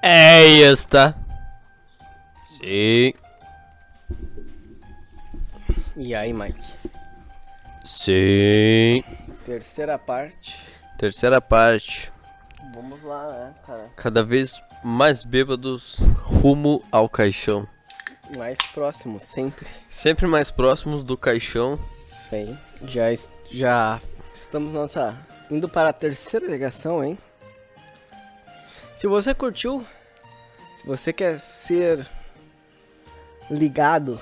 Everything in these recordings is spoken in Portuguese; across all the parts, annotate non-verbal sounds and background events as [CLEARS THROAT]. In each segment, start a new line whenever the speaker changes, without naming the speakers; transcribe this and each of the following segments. É esta. Sim,
E aí, Mike?
sim.
Terceira parte.
Terceira parte.
Vamos lá, né, cara?
Cada vez mais bêbados rumo ao caixão.
Mais próximo, sempre.
Sempre mais próximos do caixão.
Isso aí. Já, es- já estamos nossa. indo para a terceira ligação, hein? Se você curtiu, se você quer ser ligado,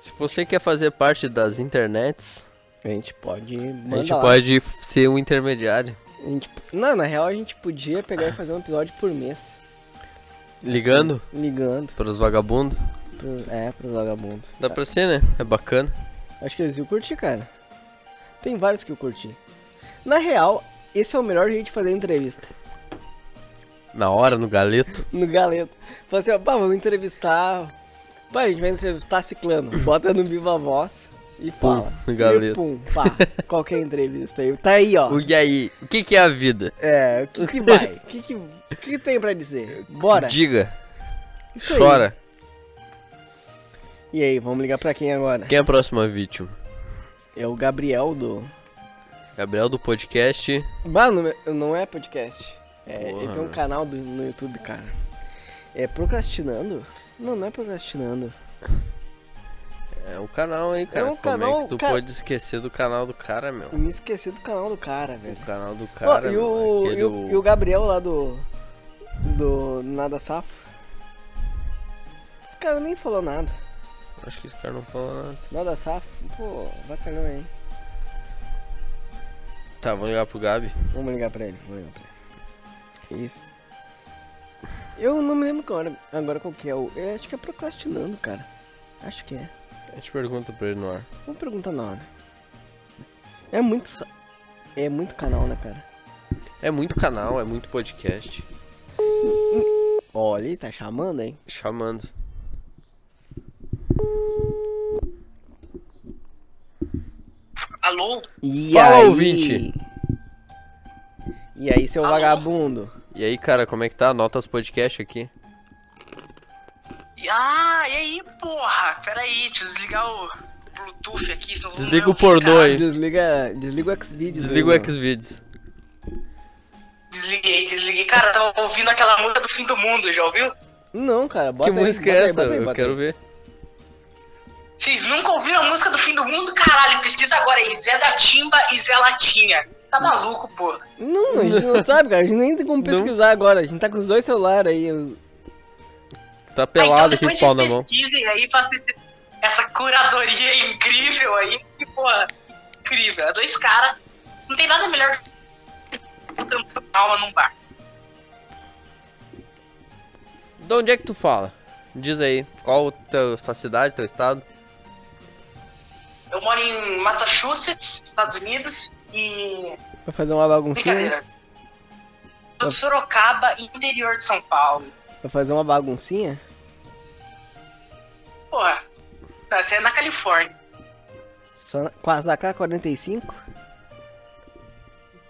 Se você quer fazer parte das internets,
a gente pode
a
mandar.
gente
lá.
pode f- ser um intermediário.
A gente- Não, na real a gente podia pegar e fazer um episódio por mês.
Ligando
Assim, ligando.
para os vagabundos.
Pro... É, pros vagabundos.
Dá pra ser, né? É bacana.
Acho que eles iam curtir, cara. Tem vários que eu curti. Na real, esse é o melhor jeito de fazer entrevista. [LAUGHS]
Na hora, no galeto.
No galeto. Fala assim, ó, pá, vamos entrevistar. Pá, a gente vai entrevistar
[CLEARS THROAT]
ciclano. Bota no viva voz e
Pum,
fala.
no galeto.
E pum, pá. Qualquer entrevista aí. Tá aí, ó.
O E aí? O que, que é a vida?
É, o que
[LAUGHS]
que vai? O que que, o que que tem pra dizer? Bora.
Diga,
Isso aí.
chora.
E aí, vamos ligar pra quem agora?
Quem é a próxima vítima?
É o Gabriel do...
Gabriel do podcast.
Mano, não é podcast. É,
Porra,
ele tem um
velho.
canal do- no YouTube, cara. É procrastinando? Não, não é procrastinando.
É um canal aí, cara.
É um
Como é
canal,
que tu
cara-
pode esquecer do canal do cara, meu?
Eu me esqueci do canal do cara, velho.
O canal do
Ó,
cara, é
e,
meu,
o,
aquele
e, o, e o Gabriel lá do. Do Nada Safo. Esse cara nem falou nada.
Acho que esse cara não falou nada.
Nada Safo, pô, bacalhão, hein?
Tá, vamos ligar pro Gabi.
Vamos ligar pra ele, vamos ligar pra ele. Isso. Eu não me lembro qual era- agora qual que é o. Eu acho que é procrastinando, cara. Acho que é.
A gente pergunta pra ele no ar.
Vamos perguntar na hora. É muito. sa- É muito canal, né, cara?
É muito canal, é muito podcast.
Olha, ele tá chamando, hein?
Chamando.
Alô?
E
Fala,
aí?
ouvinte.
E aí, seu
Alô?
vagabundo?
E aí, cara, como é que tá? Anota os podcasts aqui.
E- Ah, e aí, porra? Pera aí, deixa eu desligar o Bluetooth aqui. Senão não
Desliga
vai
o pornô
ouvir,
aí.
Desliga, desliga o Xvideos.
Desliga
aí,
o
mano.
Xvideos.
cara. Desliguei, desliguei. Cara, eu tava ouvindo aquela música do fim do mundo, já ouviu?
Não, cara, bota
Que
aí,
música
bota
é
aí,
essa?
bota aí,
Eu
bota
quero
aí.
ver.
Vocês nunca ouviram a música do fim do mundo? Caralho, pesquisa agora aí. Zé da Timba e Zé Latinha. Tá maluco, pô.
Não, a gente
[LAUGHS]
não sabe, cara. A gente nem tem como
Não.
pesquisar agora. A gente tá com os dois celulares aí. os-
Tá
Ah, então
pelado aqui,
depois
pau na
vocês
mão.
pesquisem aí, façam esse- essa curadoria incrível aí. Que, porra, incrível. É dois caras. Não tem nada melhor que cantar alma num bar.
De onde é que tu fala? Diz aí, qual teu, tua cidade, teu
[LAUGHS]
estado?
Eu moro em Massachusetts, Estados Unidos, e.
Pra fazer uma baguncinha.
Brincadeira. Sou de Sorocaba, interior de São Paulo.
Pra fazer uma baguncinha.
Porra, você é na Califórnia.
Só na- com as AK-45.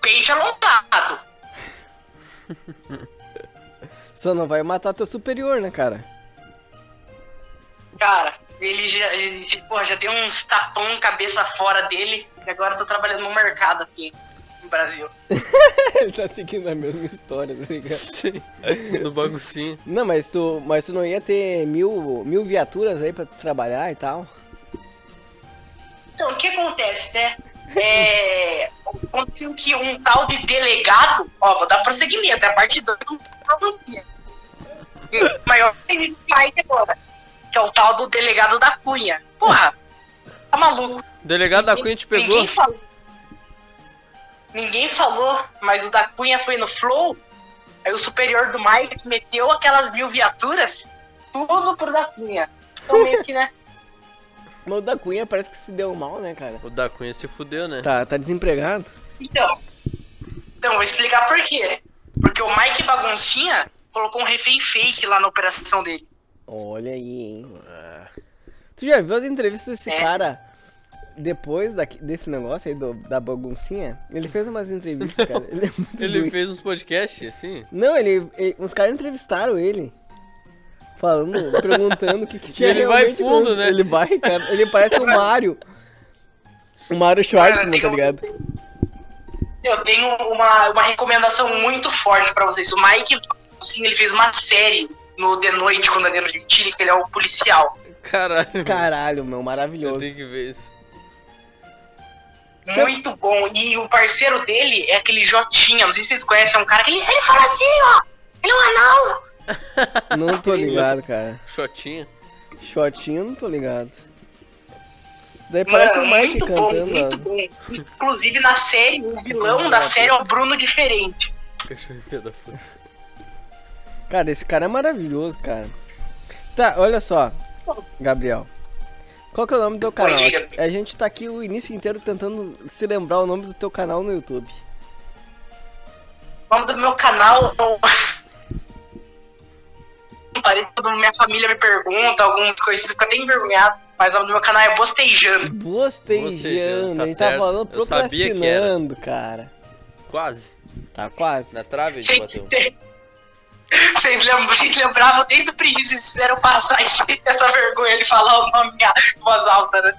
Peito alongado.
Só não vai matar teu superior,
[LAUGHS]
né, cara?
Cara, ele já, ele, já- porra, já tem uns tapão cabeça fora dele. E agora eu tô trabalhando no mercado aqui no Brasil.
Ele tá seguindo a mesma história, tá ligado?
Sim. Do baguncinho.
Não, mas tu, mas tu não ia ter mil, mil viaturas aí pra tu trabalhar e tal?
Então, o que acontece, né? É. Aconteceu que um tal de delegado. Ó, vou dar prosseguimento, é a parte 2 do Filosofia. O maior crime do país agora. Que é o tal do delegado da Cunha. Porra! Tá maluco.
Delegado da Cunha te pegou?
Ninguém falou. Ninguém falou, mas o da Cunha foi no Flow. Aí o superior do Mike meteu aquelas mil viaturas. Tudo pro da Cunha. Então meio que, né?
Mas o da Cunha parece que se deu mal, né, cara?
O da Cunha se fudeu, né?
Tá, tá desempregado?
Então, então vou explicar por quê. Porque o Mike Baguncinha colocou um refém fake lá na operação dele.
Ah. Olha aí, hein? Tu já viu as entrevistas desse
É.
cara? depois daqui- desse negócio aí do- da baguncinha, ele fez umas entrevistas, cara. Ele é muito
Ele
doido.
fez uns podcasts, assim?
Não, ele, ele- Os caras entrevistaram ele. Falando, perguntando o que, que tinha
ele vai
realmente
fundo,
mesmo.
né?
Ele vai, cara. Ele parece o Mario. O Mario
Cara,
Schwartzman,
tem
tá
um-
ligado?
Eu tenho uma, uma recomendação muito forte pra vocês. O Mike, sim, ele fez uma série no The Noite com o Danilo Gentili, que ele é o policial.
Caralho.
Caralho, meu,
eu
maravilhoso.
tenho que ver isso.
Sabe-
Muito bom. E o parceiro dele é aquele Jotinha, não sei se vocês conhecem, é um cara que ele, ele fala assim, ó. Ele é um anão.
Não
[LAUGHS]
tô ligado, cara.
Shotinha.
Shotinho, não tô ligado. Isso daí parece
Mano,
o Mike
muito bom,
cantando.
muito
ó.
bom. Inclusive na série, o vilão da série é o Bruno Diferente.
Cachorrinha da puta.
Cara, esse cara é maravilhoso, cara. Tá, olha só, Gabriel. Qual que é o nome do teu canal?
diga.
A gente tá aqui o início inteiro tentando se lembrar o nome do teu canal no YouTube.
O nome do meu canal é o. [LAUGHS] Parece que toda minha família me pergunta, alguns conhecidos ficam até envergonhados, mas o nome do meu canal é Bostejando.
Bostejando,
tá
a gente tá
certo.
falando
Eu sabia que era.
procrastinando, cara.
Quase.
Tá quase.
Na trave ele bateu.
Vocês- [LAUGHS] Vocês lembram- vocês lembravam desde o princípio, vocês fizeram passar [LAUGHS] esse- essa vergonha de falar o nome em voz alta, né?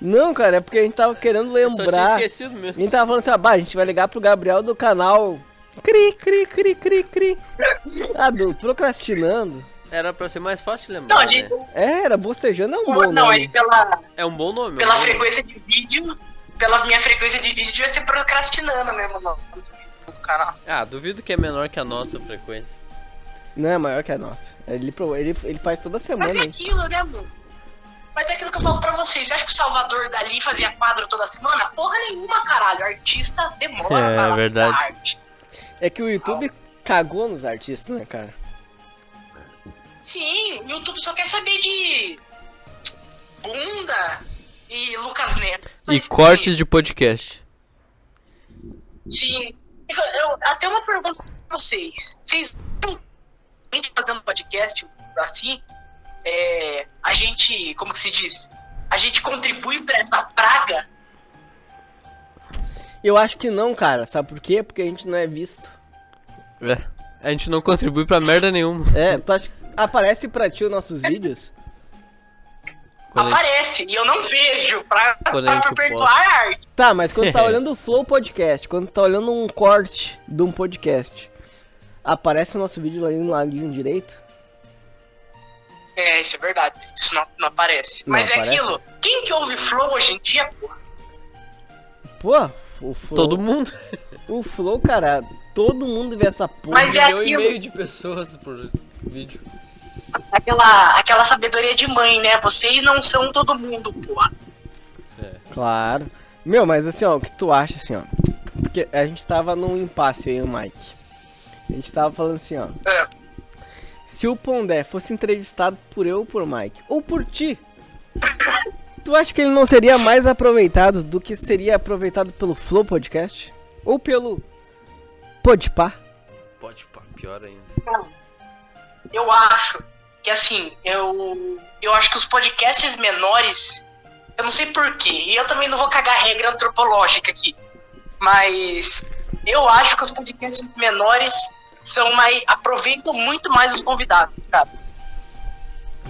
Não, cara, é porque a gente tava querendo
Eu só tinha
lembrar. A
esquecido mesmo.
gente tava falando assim, ah, bah, a gente vai ligar pro Gabriel do canal. Cri, cri, cri, cri, cri. Ah, do procrastinando.
Era pra ser mais fácil de lembrar,
Não, a
né?
gente,
É, era bostejando é um bom
não, mas
nome.
pela,
É um bom nome. é um
pela
bom nome.
frequência de vídeo, pela minha frequência de vídeo, eu ia ser procrastinando mesmo o nome do vídeo do canal.
Ah, duvido que é menor que a nossa frequência.
Não é maior que a nossa. Ele, pro- ele, ele faz toda
Mas
semana.
é
hein?
aquilo, né, mano? Mas é aquilo que eu falo pra vocês. Você acha que o Salvador Dali fazia quadro toda semana? Porra nenhuma, caralho. Artista demora
É,
pra fazer
verdade.
arte.
É que o YouTube cagou nos artistas, né, cara?
Sim, o YouTube só quer saber de bunda e Lucas Neto. Só isso que-
de podcast.
Sim. Eu, eu- até uma pergunta pra vocês. Vocês viram a gente fazendo podcast assim? É, a gente, como que se diz? A gente contribui pra essa praga?
Eu acho que não, cara. Sabe por quê? Porque a gente não é visto.
É. A gente não contribui pra merda nenhuma.
É, tu acha... aparece pra ti os nossos vídeos?
Quando a gente-
Aparece, e eu não vejo pra,
Quando a
pra
gente
perpetuar a arte.
Tá, mas quando tá olhando o Flow Podcast, quando tá olhando um corte de um podcast, aparece o nosso vídeo lá no ladinho direito?
É, isso é verdade. Isso não, não aparece.
Não
Mas é
aparece?
aquilo. Quem que ouve Flow hoje em dia, porra?
Pô, o Flow.
Todo mundo.
O Flow, cara, todo mundo vê essa porra.
Mas é
Um milhão e
aquilo.
meio de pessoas por vídeo.
Aquela, aquela sabedoria de mãe, né? Vocês não são todo mundo, porra.
Claro. Meu, mas assim, ó, o que tu acha, assim, ó? Porque a gente tava num impasse aí, o Mike. A gente tava falando assim, ó.
É.
Se o Pondé fosse entrevistado por eu ou por Mike, ou por ti, tu acha que ele não seria mais aproveitado do que seria aproveitado pelo Flow Podcast? Ou pelo Podpah?
Pode, pá, pior ainda.
Eu acho que assim, eu eu acho que os podcasts menores, eu não sei porquê, e eu também não vou cagar regra antropológica aqui, mas eu acho que os podcasts menores são mais aproveitam muito mais os convidados, cara.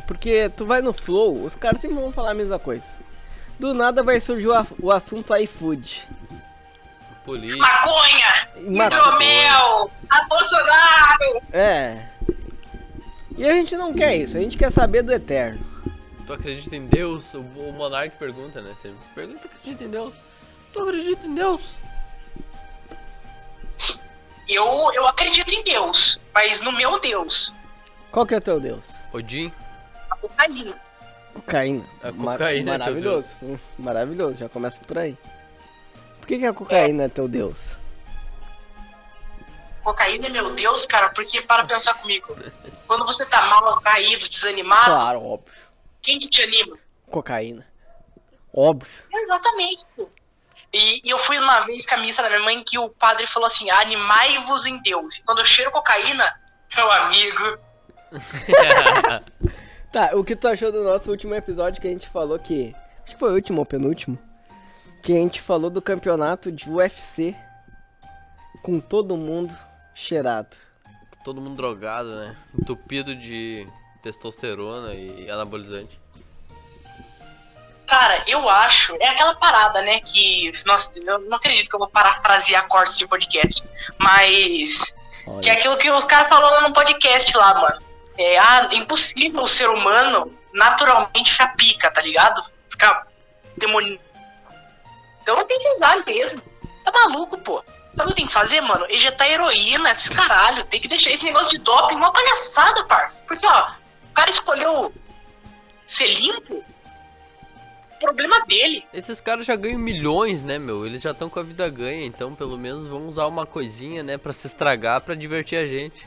Porque tu vai no Flow, os caras sempre vão falar a mesma coisa. Do nada vai surgir o, a- o assunto iFood.
Política.
Maconha,
Maconha.
hidromel, a Bolsonaro.
É. E a gente não quer isso, a gente quer saber do eterno.
Tu acredita em Deus? O, o Monark pergunta, né? Sempre. Pergunta, tu acredita em Deus? Tu acredita em Deus?
Eu eu acredito em Deus, mas no meu Deus,
Qual que é o teu deus?
Odin? [LAUGHS]
a cocaína.
Cocaína.
A cocaína é teu
maravilhoso. Hum, maravilhoso, já começa por aí. Por que, que a cocaína é teu deus?
Cocaína é meu Deus, cara, porque para pensar comigo. Quando você tá mal, caído,
Ah.
desanimado,
Claro, óbvio.
quem que te anima?
Cocaína. Óbvio.
Exatamente. pô. E, e eu fui uma vez com a missa da minha mãe que o padre falou assim: animai-vos em Deus. E quando eu cheiro cocaína, meu amigo,
Tá, o que tu achou do nosso último episódio que a gente falou que Acho que foi o último ou penúltimo. Que a gente falou do campeonato de UFC com todo mundo cheirado.
Todo mundo drogado, né? Entupido de testosterona e anabolizante.
Cara, eu acho. É aquela parada, né? Que. Nossa, eu não acredito que eu vou parafrasear cortes de podcast. Mas. Que
Olha.
é aquilo que os caras falaram no podcast lá, mano. É, ah, é impossível o ser humano naturalmente ficar pica, tá ligado? Ficar demoníaco. Então tem que usar mesmo. Tá maluco, pô. Sabe o que tem que fazer, mano? Ejetar heroína, esses caralho. Tem que deixar esse negócio de doping uma palhaçada, parça. Porque, ó, o cara escolheu ser limpo, é problema dele.
Esses caras já ganham milhões, né, meu? Eles já estão com a vida ganha, então pelo menos vão usar uma coisinha, né, pra se estragar, pra divertir a gente.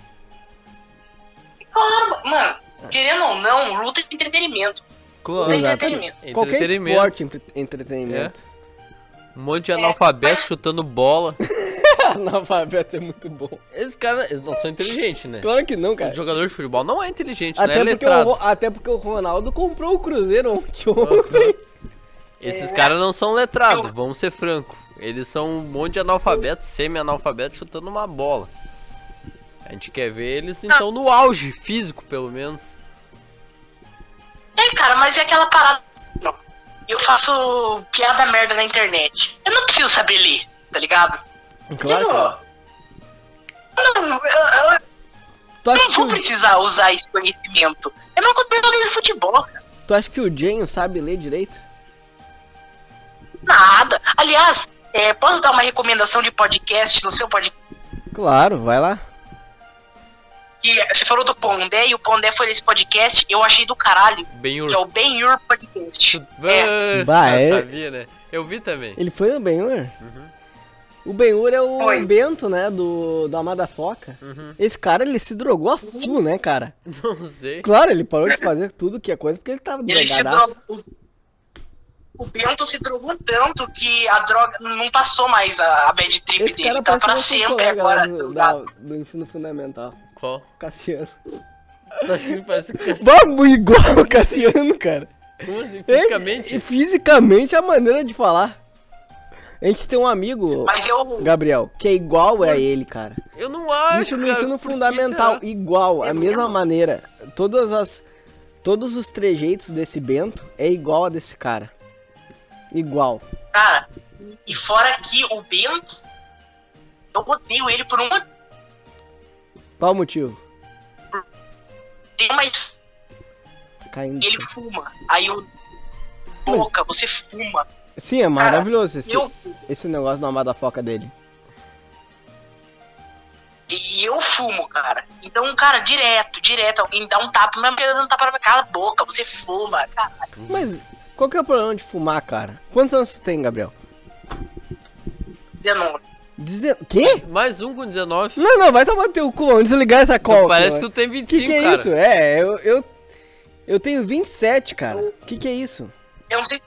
Claro, mano. Querendo ou não, luta de entretenimento.
Claro.
Tem
Exato.
entretenimento.
Qualquer
Entretenimento. É.
esporte né? entre- entretenimento.
Um monte de analfabeto chutando bola.
[LAUGHS] Analfabeto é muito bom.
Esses caras, eles não são inteligentes, né?
Claro que não, cara.
Jogador de futebol não é inteligente,
Até,
não é
porque o,
letrado.
Ro- até porque o Ronaldo comprou o Cruzeiro ontem. ontem.
Esses caras não são letrados, vamos ser franco. Eles são um monte de analfabeto, semi-analfabeto, chutando uma bola. A gente quer ver eles, então, no auge físico, pelo menos.
É, cara, mas é aquela parada. Não. Eu faço piada merda na internet. Eu não preciso saber ler, tá ligado? eu,
cara.
eu não, eu, eu
Tu acha
não
que
vou
o
precisar usar esse conhecimento. Eu não consigo jogador de futebol, cara.
Tu acha que o Jenho sabe ler direito?
Nada. Aliás, é, posso dar uma recomendação de podcast no seu podcast?
Claro, vai lá.
Que Você falou do Pondé e o Pondé foi nesse podcast. Eu achei do caralho.
Bem ur...
Que é o Ben Yur Podcast. É.
Ah,
Bah,
eu
é-
sabia, né? Eu vi
[LAUGHS]
também.
Ele foi no Benhur? O Benhur é o
Uhum. Foi. Uhum.
Bento, né? Do, do Amada Foca. Esse cara, ele se drogou a full, né, cara?
Não sei.
Claro, ele parou de fazer tudo que é coisa porque ele tava
Uhum. Ele se
drogadaço.
drogou. O Bento se drogou tanto que a droga não passou mais a, a bad trip
Esse
dele.
cara
Tá pra
parece um
sempre
colega
agora.
lá
tá
do, da-
drogado.
do ensino fundamental.
Qual?
Cassiano.
Acho que ele parece [LAUGHS] que
Babo igual o Cassiano, cara.
Como assim,
Ele-
fisicamente?
fisicamente é a maneira de falar. A gente tem um amigo,
Mas eu.
Gabriel, que é igual a ele, cara.
Eu não acho,
Isso no
cara,
ensino
por que
fundamental,
será?
igual, a
É
mesma
mesmo?
maneira. Todas as. Todos os trejeitos desse Bento é igual a desse cara. Igual.
Cara, e fora que o Bento. Eu odeio ele por um.
Qual o motivo?
Tem uma. his-
Tá Caindo.
Ele fuma. Aí o. Boca, você fuma.
Sim, é maravilhoso esse,
Eu,
esse negócio da amada foca dele.
e eu fumo, cara. Então, cara, direto, direto. Alguém dá um tapa. Mas eu dando um tapa na minha cara. Boca, você fuma. Cara,
Mas qual que é o problema de fumar, cara? Quantos anos tu tem, Gabriel?
19.
Dezen... Quê?
Mais um com 19.
Não, não, vai tomar no teu cu, vamos desligar essa cola.
Tu Então parece que tu tem
Que
25,
que é
cara.
isso? É, eu, eu. Eu tenho 27, cara. Que que é isso?
Eu não sei.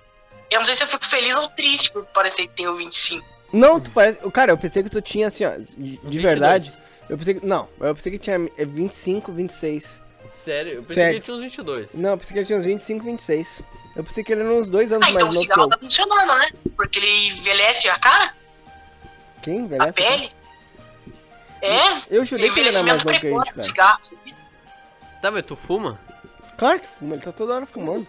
Eu não sei se eu fico feliz ou triste por parecer que tenho 25.
Não, tu parece. Cara, eu pensei que tu tinha assim, ó. De, de
22.
verdade. Eu pensei que. Não, eu pensei que tinha é, 25, 26.
Sério, eu pensei
Sério.
que ele tinha uns 22.
Não, eu pensei que ele tinha uns 25, 26. Eu pensei que ele era uns dois anos
Ah,
mais
então o
novo que eu.
cigarro tá funcionando, né? Porque ele envelhece a cara,
Quem, velho?
a pele. É,
Eu jurei que ele era mais
Tá envelhecimento
novo que a gente,
precoce do
cara.
cigarro.
Tá, mas tu fuma?
Claro que fuma, ele tá toda hora fumando.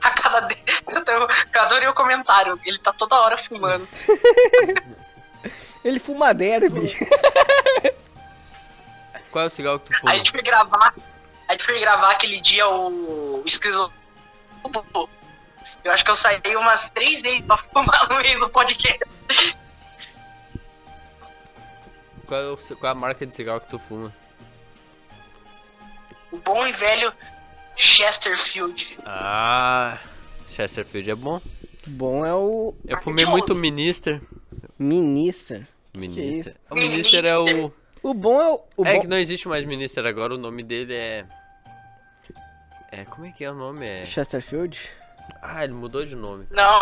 A cada dele. [LAUGHS] Então, eu adorei o comentário. Ele tá toda hora fumando.
Ele fuma derby.
Qual é o cigarro que tu
Aí a
fuma?
gente foi gravar. A gente foi gravar aquele dia o, o esquizo. Eu acho que eu saí umas três vezes pra fumar no meio do podcast.
Qual é, o ci- qual é a marca de cigarro que tu fuma?
O bom e velho Chesterfield.
Ah, Chesterfield é bom.
Bom é o
Eu
Ah,
fumei
de
muito
ouro.
Minister.
Minister.
Minister.
isso?
O Minister é o.
O bom é o. o
É
bom-
que não existe mais Minister agora, o nome dele é. É, como é que é o nome? É...
Chesterfield?
Ah, ele mudou de nome.
Não,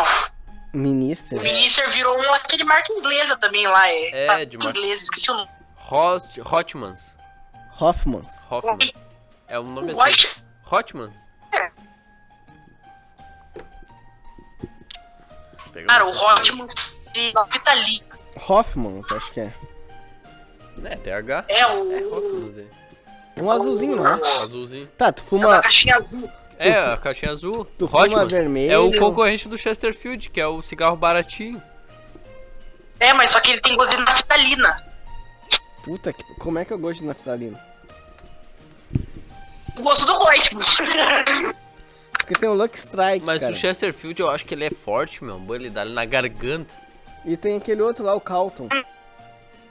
Minister?
O Minister virou um, aquele marca inglesa também lá. É,
É,
tá
de
em
marca-
inglês, esqueci o nome.
Host... Hotmans.
Hoffman.
Hoffman. É um nome
Watch-
assim. Hotmans?
É.
Pega
Cara, o
você.
Hotman de Vitali.
Hoffmans, acho que é.
É, TH.
É
É,
o.
Hoffman's, é.
Um azulzinho, não é?
Azulzinho.
Tá, tu
É uma
fuma.
caixinha azul.
É, a caixinha azul.
Tu fuma
Rothmans.
vermelho.
É o concorrente do Chesterfield, que é o cigarro baratinho.
É, mas só que ele tem gosto de naftalina.
Puta que. Como é que eu gosto de naftalina?
O gosto do Reutemann.
Porque tem o Luck Strike,
Mas
cara.
o Chesterfield, eu acho que ele é forte, meu. Bom, Ele dá ali na garganta.
E tem aquele outro lá, o Calton.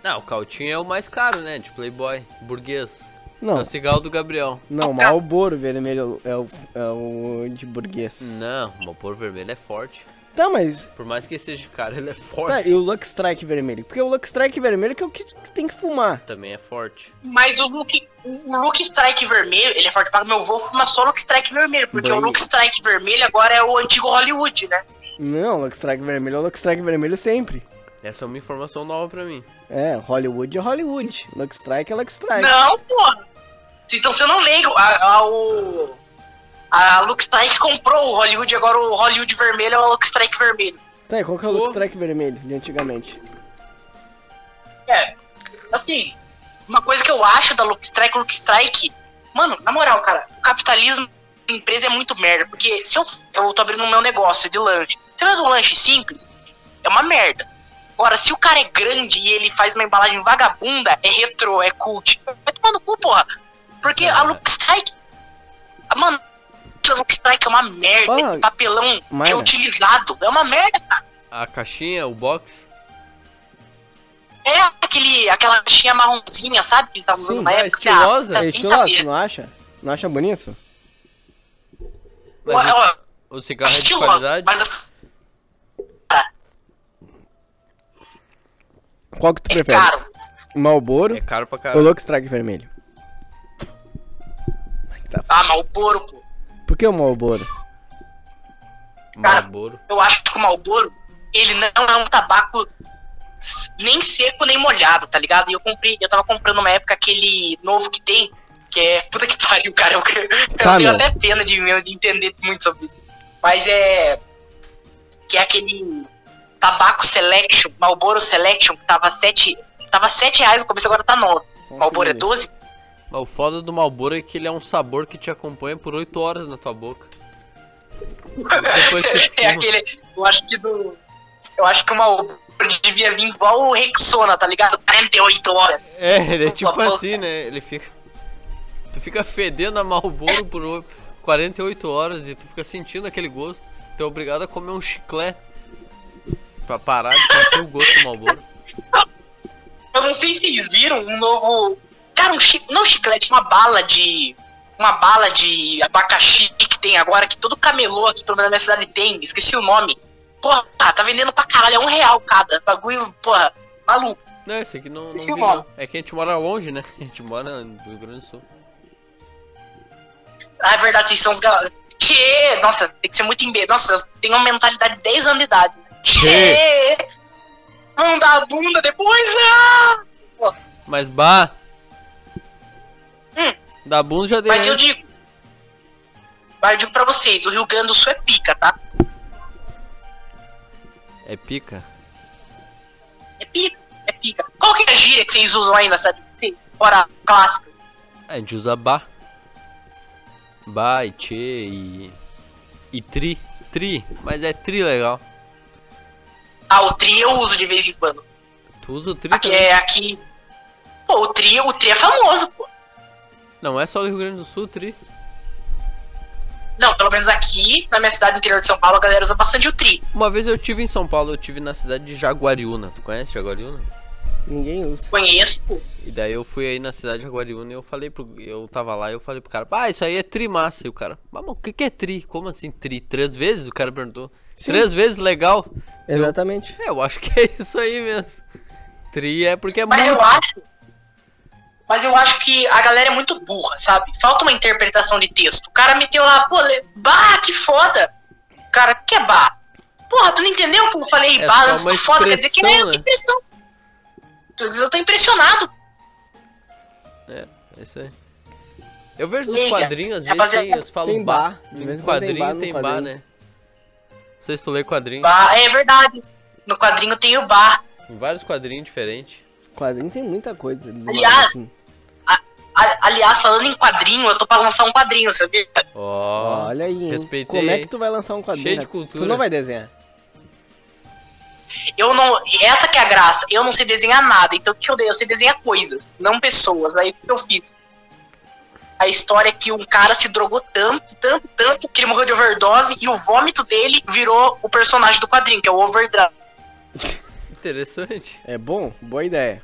Não, o Cautinho é o mais caro, né? De Playboy, burguês. É
Não,
o cigarro do Gabriel.
não, Malboro vermelho é o, é o de burguês.
Não, o Mopor vermelho é forte.
Tá, mas.
Por mais que seja caro, [LAUGHS] ele é
Tá,
forte.
e o Luck Strike vermelho? Porque o Luck Strike vermelho que é o que que tem que fumar.
Também é forte.
[LAUGHS] Mas o look, o look strike vermelho, ele é forte pra meu avô fuma só look strike vermelho, porque
Bem.
o look strike vermelho agora é o antigo Hollywood, né?
Não, Luck Strike vermelho é o Luck Strike vermelho sempre.
Essa é uma informação nova pra mim.
É, Hollywood é Hollywood. Luck Strike é Luck Strike.
Não, pô! Então, Vocês estão sendo leigo. A, a, o, a Look Strike comprou o Hollywood, agora o Hollywood vermelho é o Look Strike vermelho.
Tá, e qual que é o Luck
Pô.
Strike vermelho de antigamente?
É. Assim, uma coisa que eu acho da Look Strike, Look Strike. Mano, na moral, cara, o capitalismo da empresa é muito merda. Porque se eu, eu tô abrindo o meu negócio de lanche, se eu vendo um lanche simples, é uma merda. Agora, se o cara é grande e ele faz uma embalagem vagabunda, é retrô, é cult. Vai tomar no cu, porra. Porque a Look Strike. a- Mano, a Look Strike é uma merda.
Porra,
é papelão
Mayra.
reutilizado. É uma merda, cara.
A caixinha, o box.
É aquele, aquela caixinha marronzinha, sabe? Que eles estavam
Sim,
usando na
é
época. que a-
estilosa.
tá
É
bem
estiloso,
cabeça.
não acha? Não acha bonito?
Mas
Ó, ó,
o, o cigarro é de
estilosa,
qualidade.
mas assim,
Qual que tu
é
prefere?
caro.
Malboro
É caro pra
ou
caralho.
Luck Strike vermelho? Ai, que Tá. f-
Ah, Malboro, pô.
Por que o Malboro?
cara.
Marlboro.
Eu acho que o Malboro, ele não é um tabaco s- nem seco nem molhado, tá ligado? E eu comprei, eu tava comprando uma época aquele novo que tem, que é. [LAUGHS] Puta que pariu, cara. Eu, eu
Tá,
tenho
meu.
até pena de, meu, de entender muito sobre isso. Mas é. Que é aquele tabaco selection, Malboro Selection, que tava 7. Tava 7 reais no começo, agora tá 9.
Só um
Malboro é
segundo
12?
Mas o foda do Marlboro é que ele é um sabor que te acompanha por 8 horas na tua boca. Depois que
[LAUGHS]
tu
[LAUGHS] é
fuma.
aquele. Eu acho que do. Eu acho que o Malboro devia vir igual o Rexona, tá ligado? 48 horas.
É,
[LAUGHS]
ele é tipo
Tua boca.
assim, né? Ele fica. Tu fica fedendo a Marlboro por o- 48 horas e tu fica sentindo aquele gosto. Tu é obrigado a comer um chiclete pra parar de sentir o gosto do Marlboro.
Eu não sei se vocês viram um novo. Cara, um chi... não chiclete, uma bala de. Uma bala de abacaxi que tem agora, que todo camelô aqui, pelo menos na minha cidade, tem. Esqueci o nome. Porra, tá vendendo pra caralho, é um real cada. Bagulho, porra, maluco.
Não, esse aqui não, não
Esse
vi
é bom.
não. É que a gente mora longe, né? A gente mora no Rio Grande do Sul.
Ah, é verdade, vocês são os gal... Tchê! Nossa, tem que ser muito embe. Nossa, eu tenho uma mentalidade de 10 anos de idade. Tchê! Não dá a bunda depois, ah!
Mas bah!
Hum.
Da bunda já deu.
Mas eu digo. Mas eu digo pra vocês, o Rio Grande do Sul é pica, tá?
É pica.
É pica, é pica. Qual que é a gíria que vocês usam aí nessa sim, fora a clássica?
É, A gente usa bah. Bah e tchê e. E tri. Tri. Mas é tri legal.
Ah, o tri eu uso de vez em quando.
Tu usa o tri
Aqui
também.
é aqui. Pô, o tri, o tri é famoso, pô.
Não é só do Rio Grande do Sul, tri.
Não, pelo menos aqui, na minha cidade interior de São Paulo, a galera usa bastante o tri.
Uma vez eu tive em São Paulo, eu tive na cidade de Jaguariúna. Tu conhece Jaguariúna?
Ninguém usa.
Conheço, pô.
E daí eu fui aí na cidade de Jaguariúna e eu falei pro. Eu tava lá e eu falei pro cara, ah, isso aí é tri massa. E o cara, mas mas o que, que é tri? Como assim tri? Três vezes? O cara perguntou.
Sim.
Três vezes legal?
Exatamente.
É, eu acho que é [LAUGHS] isso aí mesmo. Tri é porque é
Mas
muito.
eu acho. Mas eu acho que a galera é muito burra, sabe? Falta uma interpretação de texto. O cara meteu lá, pô, le- bah, que foda. Cara, que é bah? Porra, tu não entendeu o que eu falei?
É
bah,
só
antes
uma
do foda, quer dizer que é
expressão,
uma
né?
expressão. Eu tô impressionado.
É isso aí. Eu vejo nos
Liga.
quadrinhos, às vezes
Rapaziada,
tem, eles falam
tem
bar.
bar. De vez
Em
em quando tem
quadrinho
bar no
tem bar,
quadrinho.
né? Não sei se tu lê quadrinho.
Bar, é verdade. No quadrinho tem o bar.
Tem vários quadrinhos diferentes.
Quadrinho tem muita coisa. do
Aliás,
lado, assim.
A- aliás, falando em quadrinho, eu tô pra lançar um quadrinho, sabia?
Ó,
Olha aí. hein?
respeitei,
Como é
hein?
que tu vai lançar um quadrinho?
Cheio de
né?
cultura.
Tu não vai desenhar.
Eu não. Essa que é a graça. Eu não sei desenhar nada. Então o que eu dei? Eu sei desenhar coisas, não pessoas. Aí o que eu fiz? A história é que um cara se drogou tanto, tanto, tanto, que ele morreu de overdose e o vômito dele virou o personagem do quadrinho, que é o Overdrive.
Interessante.
É bom? Boa ideia.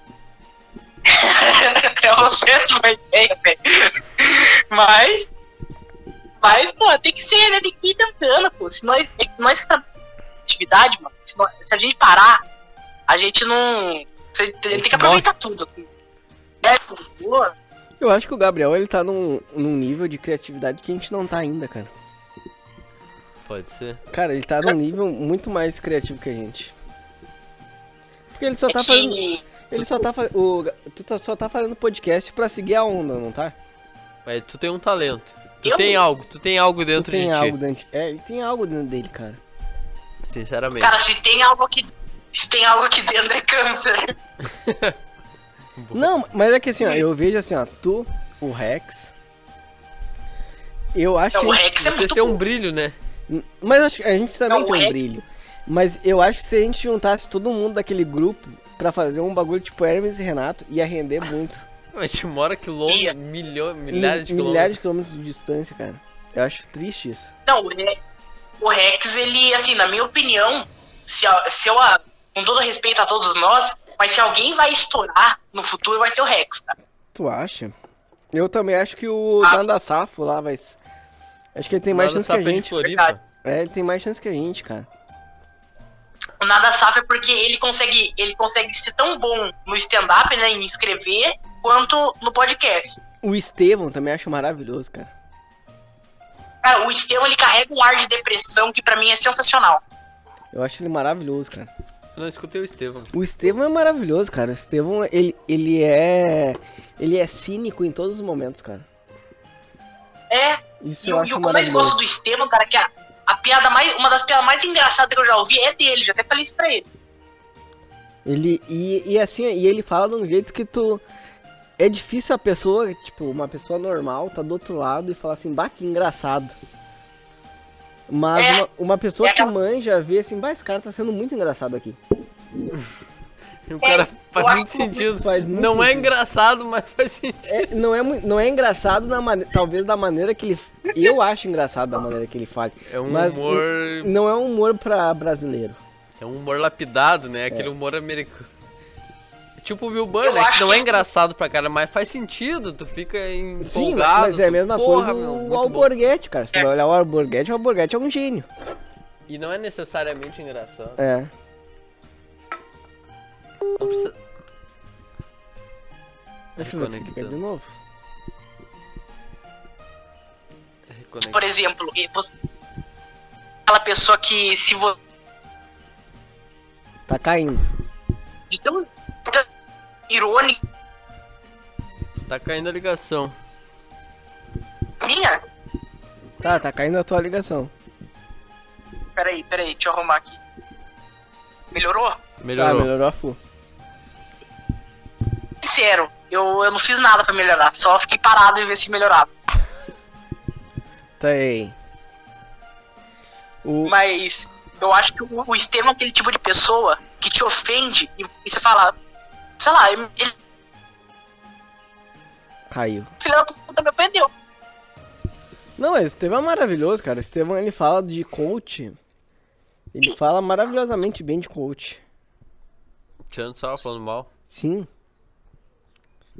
[LAUGHS] é uma péssima ideia, velho. né? Mas. Mas, pô, tem que ser, né? Tem que ir tentando, pô. Se nós, é que nós que tá atividade, mano, se, nós- se a gente parar, a gente não. Você tem
gente
que aproveitar tudo. É, pô,
Eu acho que o Gabriel, ele tá num, num nível de criatividade que a gente não tá ainda, cara.
Pode ser.
Cara, ele tá num nível muito mais criativo que a gente. Porque ele só
é
tá
que-
fazendo. Ele só tá fazendo. Tu tá- só tá fazendo podcast pra seguir a onda, não tá?
Mas tu tem um talento. Tu
Eu?
tem algo, tu tem algo dentro
tem
de
algo
ti.
dentro. É, ele tem algo dentro dele, cara.
Sinceramente.
Cara, se tem algo aqui. Se tem algo aqui dentro é câncer.
Não, mas é que assim, ó, eu vejo assim, ó, tu, o Rex. Eu acho
Não, o
que. a gente-
Rex é
Vocês
muito
têm um
bom.
brilho, né?
N- Mas acho que a gente também
Não, o
tem um
Rex-
brilho. Mas eu acho que se a gente juntasse todo mundo daquele grupo pra fazer um bagulho tipo Hermes e Renato, ia render
[LAUGHS]
muito.
Mas te mora
Ia.
quilômetros, milhões, milhares de quilômetros.
Mil- milhares de quilômetros de distância, cara. Eu acho triste isso.
Não, o Rex, o Rex, ele, assim, na minha opinião, se, a- se eu. a- Com todo respeito a todos nós, mas se alguém vai estourar no futuro, vai ser o Rex, tá? cara.
Tu acha? Eu também acho que o
Acho.
Nanda Safo lá vai. s- Acho que ele tem
Lá
mais
no
chance que a
Sapé de
gente.
Floripa.
Verdade.
É, ele tem mais chance que a gente, cara.
O Nada Safo é porque ele consegue, ele consegue ser tão bom no stand-up, né, em escrever, quanto no podcast.
O Estevão também acho maravilhoso, cara.
Cara, o Estevão, ele carrega um ar de depressão que pra mim é sensacional.
Eu acho ele maravilhoso, cara.
Eu não escutei o Estevão.
O Estevão é maravilhoso, cara. O Estevão, ele, ele é. Ele é cínico em todos os momentos, cara.
É,
Isso
E,
eu
o- e
acho
o como eu gosto
maravilhoso.
do Estevam, cara, que a, a piada mais. Uma das piadas mais engraçadas que eu já ouvi é dele, já até falei isso pra ele.
Ele, e, e assim, e ele fala de um jeito que tu. É difícil a pessoa, tipo, uma pessoa normal, tá do outro lado e falar assim, bah, que engraçado. Mas
É.
uma, uma pessoa
É
que
aquela-
manja vê assim, bah, esse cara tá sendo muito engraçado aqui.
O cara faz
É, acho
muito
que-
sentido.
Faz muito
não é
sentido.
engraçado, mas faz sentido.
É, não, é, mui- não é engraçado, na mane- talvez da maneira que ele. Eu acho engraçado da maneira que ele fala.
É um
Mas-
humor.
Não é um humor pra brasileiro.
É um humor lapidado, né? Aquele humor americano. É Tipo o Bill Burr,
Eu
né? Que
acho
não
que-
é engraçado pra cara, mas faz sentido. Tu fica empolgado.
Sim, mas é a
tu-
mesma
Porra,
coisa
meu,
o
muito bom.
Alborguete, cara. Se tu vai olhar o Alborguete, o Alborguete é um gênio.
E não é necessariamente engraçado.
É.
Não precisa...
Acho que eu vou ter que ligar de
Reconectando.
novo.
Reconectando.
Por exemplo, e você- aquela pessoa que se você.
Tá caindo.
De tão, tão irônica
Tá caindo a ligação.
minha.
Tá, tá caindo a tua ligação. Tá,
Peraí, peraí, deixa eu arrumar aqui. Melhorou?
Melhorou.
Tá, melhorou a full.
Sincero, eu, eu não fiz nada pra melhorar, só fiquei parado e ver se melhorava.
Tá aí. O...
Mas eu acho que o, o Estevam é aquele tipo de pessoa que te ofende e, e você fala, sei lá, ele, ele
Caiu.
filho da puta me ofendeu.
Não, mas o Estevão é maravilhoso, cara. O Estevão, ele fala de coach. Ele fala maravilhosamente bem de coach.
Tiano só falando mal.
Sim.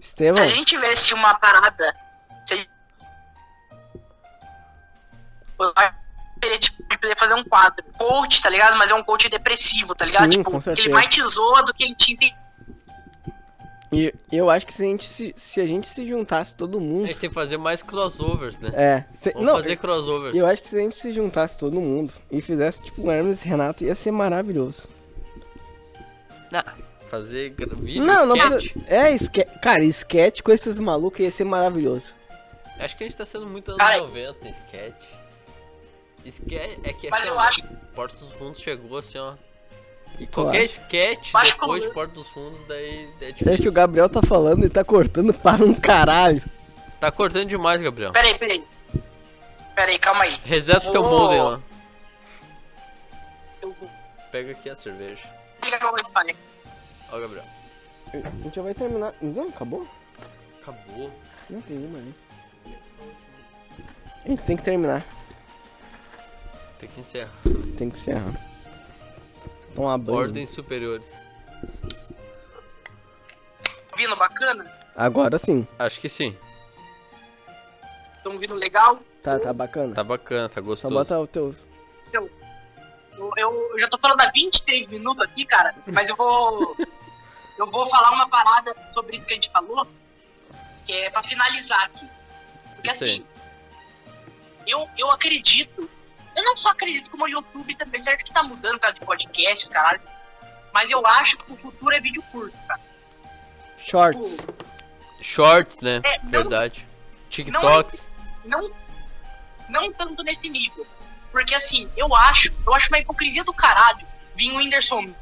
Se
Estevão,
a gente tivesse uma parada. Se a gente... Eu teria, tipo, de poder fazer um quadro. Coach, tá ligado? Mas é um coach depressivo, tá ligado?
Sim,
tipo,
com
que ele
certeza.
mais te zoa do que ele te ensina.
e eu acho que se a gente se, se a gente se juntasse todo
A
mundo.
gente tem que fazer mais crossovers, né?
É. se-
Vamos
não,
fazer crossovers.
eu acho que se a gente se juntasse todo mundo e fizesse tipo um Hermes e Renato, ia ser maravilhoso.
Não, Fazer gra- vídeo,
Não, não
sketch.
precisa. É, esque... cara, sketch com esses malucos ia ser maravilhoso.
Acho que a gente tá sendo muito anos
Cara,
90, sketch. Sketch é que
Mas
assim,
eu
ó,
acho-
Porta dos Fundos chegou assim, ó. E
Tu
qualquer
acha?
sketch
Eu acho que
depois
eu-
de Porta dos Fundos, daí é
É que
difícil.
o Gabriel tá falando e tá cortando para um caralho.
Tá cortando demais, Gabriel.
Peraí, peraí. Peraí, calma aí.
Reseta o teu
Vou-
modem lá.
Eu vou
Pega aqui a cerveja.
ligar meu Wi-Fi.
Ó, Gabriel.
A gente já vai terminar. Não, acabou?
Acabou.
Não tem uma ali. A gente tem que terminar.
Tem que encerrar.
Tem que encerrar. Tomar banho.
Ordens superiores.
Vindo bacana?
Agora sim.
Acho que sim.
Tão vindo legal?
Tá, tá bacana.
Tá bacana, tá
Só
gostoso.
bota o teu.
Eu, eu- eu já tô falando há 23 minutos aqui, cara, mas
[LAUGHS]
eu vou. eu vou falar uma parada sobre isso que a gente falou, que é pra finalizar aqui. Porque
Isso aí.
assim, eu, eu acredito, eu não só acredito como o YouTube também, certo que tá mudando cara, de podcasts, caralho. Mas eu acho que o futuro é vídeo curto, cara.
Shorts.
Shorts, né?
É, não- é
Verdade. TikToks.
não, não tanto nesse nível. Porque assim, eu acho, eu acho uma hipocrisia do caralho. Vim o Whindersson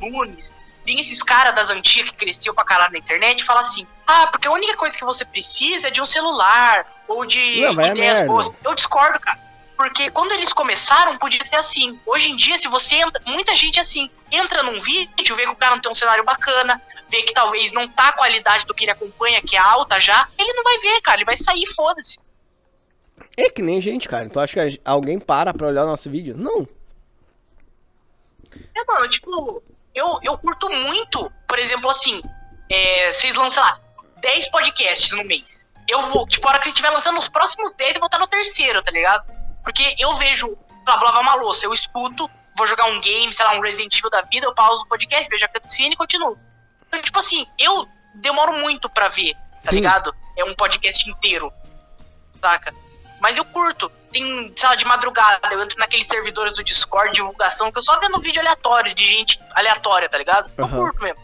Nunes, vim esses caras das antigas que cresceu pra caralho na internet e fala assim: ah, porque a única coisa que você precisa é de um celular ou de
Não, vai a
ideias
merda.
boas. Eu discordo, cara. Porque quando eles começaram, podia ser assim. Hoje em dia, se você entra. Muita gente é assim. Entra num vídeo, vê que o cara não tem um cenário bacana, vê que talvez não tá a qualidade do que ele acompanha, que é alta já. Ele não vai ver, cara. Ele vai sair, foda-se.
É que nem gente, cara. Tu acha que a- alguém para pra olhar o nosso vídeo? Não.
É, mano, tipo, eu, eu curto muito, por exemplo, assim, é, vocês lançam, sei lá, 10 podcasts no mês. Eu vou, tipo, a hora que vocês estiver lançando os próximos 10, eu vou estar no terceiro, tá ligado? Porque eu vejo, blá, blá, blá, uma louça, eu escuto, vou jogar um game, sei lá, um Resident Evil da vida, eu pauso o podcast, vejo a cutscene e continuo. Então, tipo assim, eu demoro muito pra ver, tá
Sim.
ligado? É um podcast inteiro, saca? Mas eu curto. Tem, sei lá, de madrugada, eu entro naqueles servidores do Discord, divulgação, que eu só vendo um vídeo aleatório, de gente aleatória, tá ligado? Eu
Aham.
curto mesmo.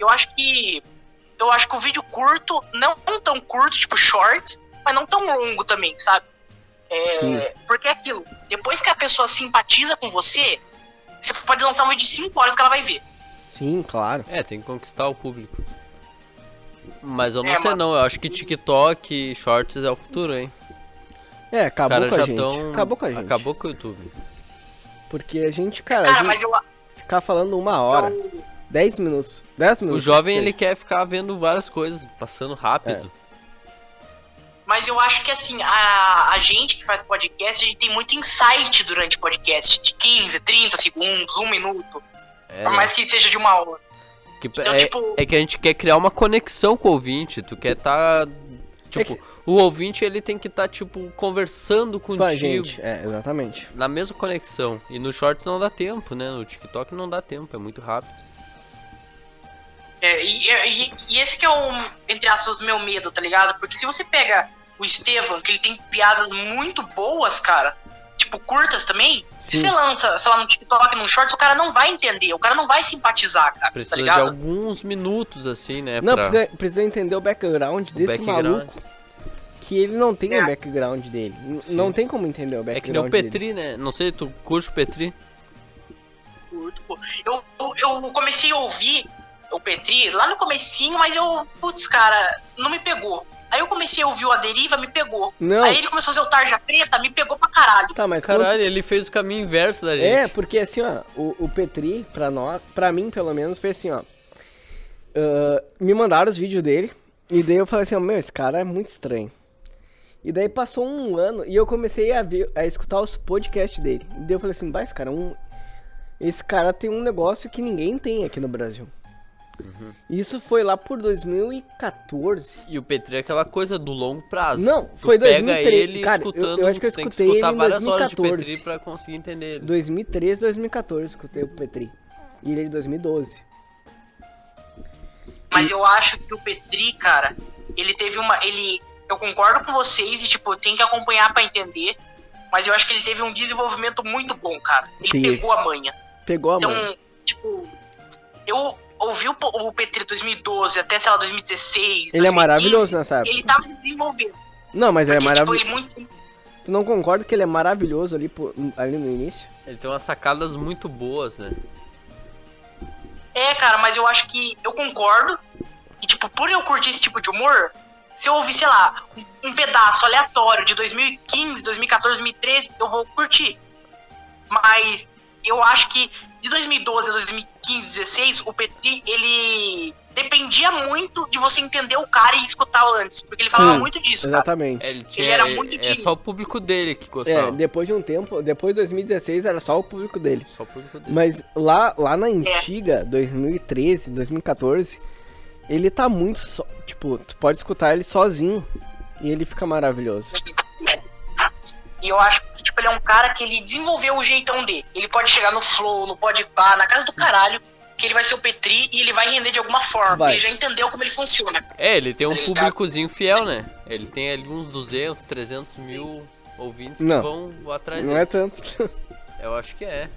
Eu acho que. Eu acho que o vídeo curto, não tão curto, tipo shorts, mas não tão longo também, sabe? É,
Sim.
Porque é aquilo. Depois que a pessoa simpatiza com você, você pode lançar um vídeo de 5 horas que ela vai ver.
Sim, claro.
É, tem que conquistar o público. Mas eu não
É,
sei
mano.
não, eu acho que TikTok e Shorts é o futuro, hein?
É, acabou
Os caras
com a
já
gente.
tão-
Acabou com a gente.
Acabou com o YouTube.
Porque a gente, cara, a
Cara,
gente
mas Então eu.
ficar falando uma hora,
eu-
dez minutos, dez
O
minutos.
jovem,
que
ele quer ficar vendo várias coisas, passando rápido.
Mas eu acho que assim, a, a gente que faz podcast, a gente tem muito insight durante podcast, de 15, 30 segundos, um minuto,
É,
por
né?
mais que seja de uma hora.
Que-
Ah, Então,
é-
tipo,
é que a gente quer criar uma conexão com o ouvinte, tu quer tá... Tipo,
É que-
o ouvinte, ele tem que tá, tipo, conversando
seja. Com a
contigo.
gente, é, exatamente.
Na mesma conexão. E no short não dá tempo, né? No TikTok não dá tempo, é muito rápido.
é, e, e- e esse que é o, entre aspas, meu medo, tá ligado? Porque se você pega o Estevam, que ele tem piadas muito boas, cara, tipo, curtas também, se
Sim.
você lança, sei lá, no TikTok, num Shorts, o cara não vai entender, o cara não vai simpatizar, cara,
Precisa
tá
de
ligado?
alguns minutos, assim, né?
não,
pra-
precisa, precisa entender o background desse
background.
maluco. Que ele não tem
É.
o background dele. N-
Sim.
Não É tem como entender o
É que nem
background
o Petri, né? Não sei, tu curte o Petri?
curto, pô. Eu, eu, eu comecei a ouvir o Petri lá no comecinho, mas eu, putz, cara, não me pegou. Aí eu comecei a ouvir o A Deriva, me pegou.
dele. Não,
Aí ele começou a fazer o Tarja Preta, me pegou pra caralho.
tá, mas quando
Caralho, ele fez o caminho inverso da gente.
É, porque assim, ó, o, o Petri, pra nós, pra mim pelo menos, foi assim, ó. ah, me mandaram os vídeos dele, e daí eu falei assim, ó, meu, esse cara é muito estranho. E daí passou um ano e eu comecei a ver, a escutar os podcasts dele. E daí eu falei assim, bah, esse cara, é um, esse cara tem um negócio que ninguém tem aqui no Brasil. Isso foi lá por 2014.
E o Petri é aquela coisa do longo prazo.
Não,
Tu
foi
pega
2003.
ele
Cara, eu-
escutando,
eu acho que eu
tem
escutei ele
escutar
em
várias horas de
2014.
Petri pra conseguir entender ele.
2013, 2014 escutei o Petri. E ele é de 2012.
Mas eu acho que o Petri, cara, ele teve uma. Ele. Eu concordo com vocês e, tipo, tem que acompanhar pra entender. Mas eu acho que ele teve um desenvolvimento muito bom, cara. Ele
Teve.
pegou a manha.
Pegou a mão.
Então, tipo, eu ouvi o, Po- o Petri 2012 até, sei lá, 2016.
Ele é
2015,
maravilhoso nessa época.
Ele tava se desenvolvendo.
Não, mas é
Porque, tipo,
maravilhoso.
ele muito.
Tu não concorda que ele é maravilhoso ali, por- ali no início?
Ele tem umas sacadas muito boas, né?
É, cara, mas eu acho que eu concordo. E, tipo, por eu curtir esse tipo de humor, se eu ouvir, sei lá, um, um pedaço aleatório de 2015, 2014, 2013, eu vou curtir. Mas eu acho que de 2012 a 2015, 2016, o Petri, ele dependia muito de você entender o cara e escutar antes. Porque ele falava
Sim,
muito disso, cara.
Exatamente.
Ele, tinha,
era
é-
muito
É
de-
só o público dele que
É,
gostava.
depois de um tempo, depois de 2016 era só o público dele.
Só o público dele.
Mas lá, lá
É.
na antiga, 2013, 2014, ele tá muito só. Tipo, tu pode escutar ele sozinho e ele fica maravilhoso.
E eu acho que tipo, ele é um cara que ele desenvolveu o jeitão dele. Ele pode chegar no flow, no podpar, na casa do caralho, que ele vai ser o Petri e ele vai render de alguma forma.
Vai.
Ele já entendeu como ele funciona.
É, ele tem um
Ele-
públicozinho fiel, né? Ele tem ali uns 200, 300 mil ouvintes
Não.
que vão
Uhum.
atrás
Não
dele.
é tanto. [LAUGHS]
Eu acho que é.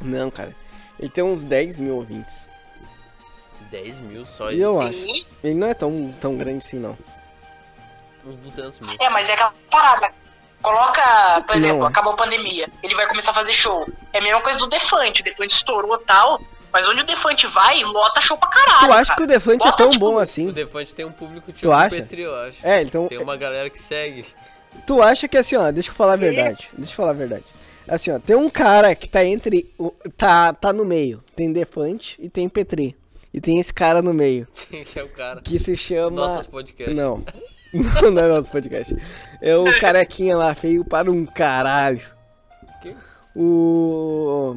Não, cara. Ele tem uns 10 mil ouvintes.
10 mil só
E eu
isso.
acho. Ele não é tão, tão grande assim, não.
Uns 200 mil.
É, mas é aquela parada. Coloca, por
Não,
exemplo,
é.
acabou a pandemia, ele vai começar a fazer show. É a mesma coisa do Defante. O Defante estourou tal, mas onde o Defante vai, lota show pra caralho.
Tu acha que
Ah, cara.
o Defante é
Bota,
tão
tipo,
bom
O
assim?
Defante tem um público tipo
Tu acha?
o Petri, eu acho.
É,
um
então.
Tem uma galera que segue. [LAUGHS]
Tu acha que assim, ó, deixa eu falar a verdade. Deixa eu falar a verdade. Assim, ó, tem um cara que tá entre. o- Tá, tá no meio. Tem Defante e tem Petri. E tem esse cara no meio.
que é o cara.
Que se chama.
Notas podcast.
Não. [LAUGHS] não. Não é nosso podcast. É o carequinha lá, feio para um caralho.
Quem?
O.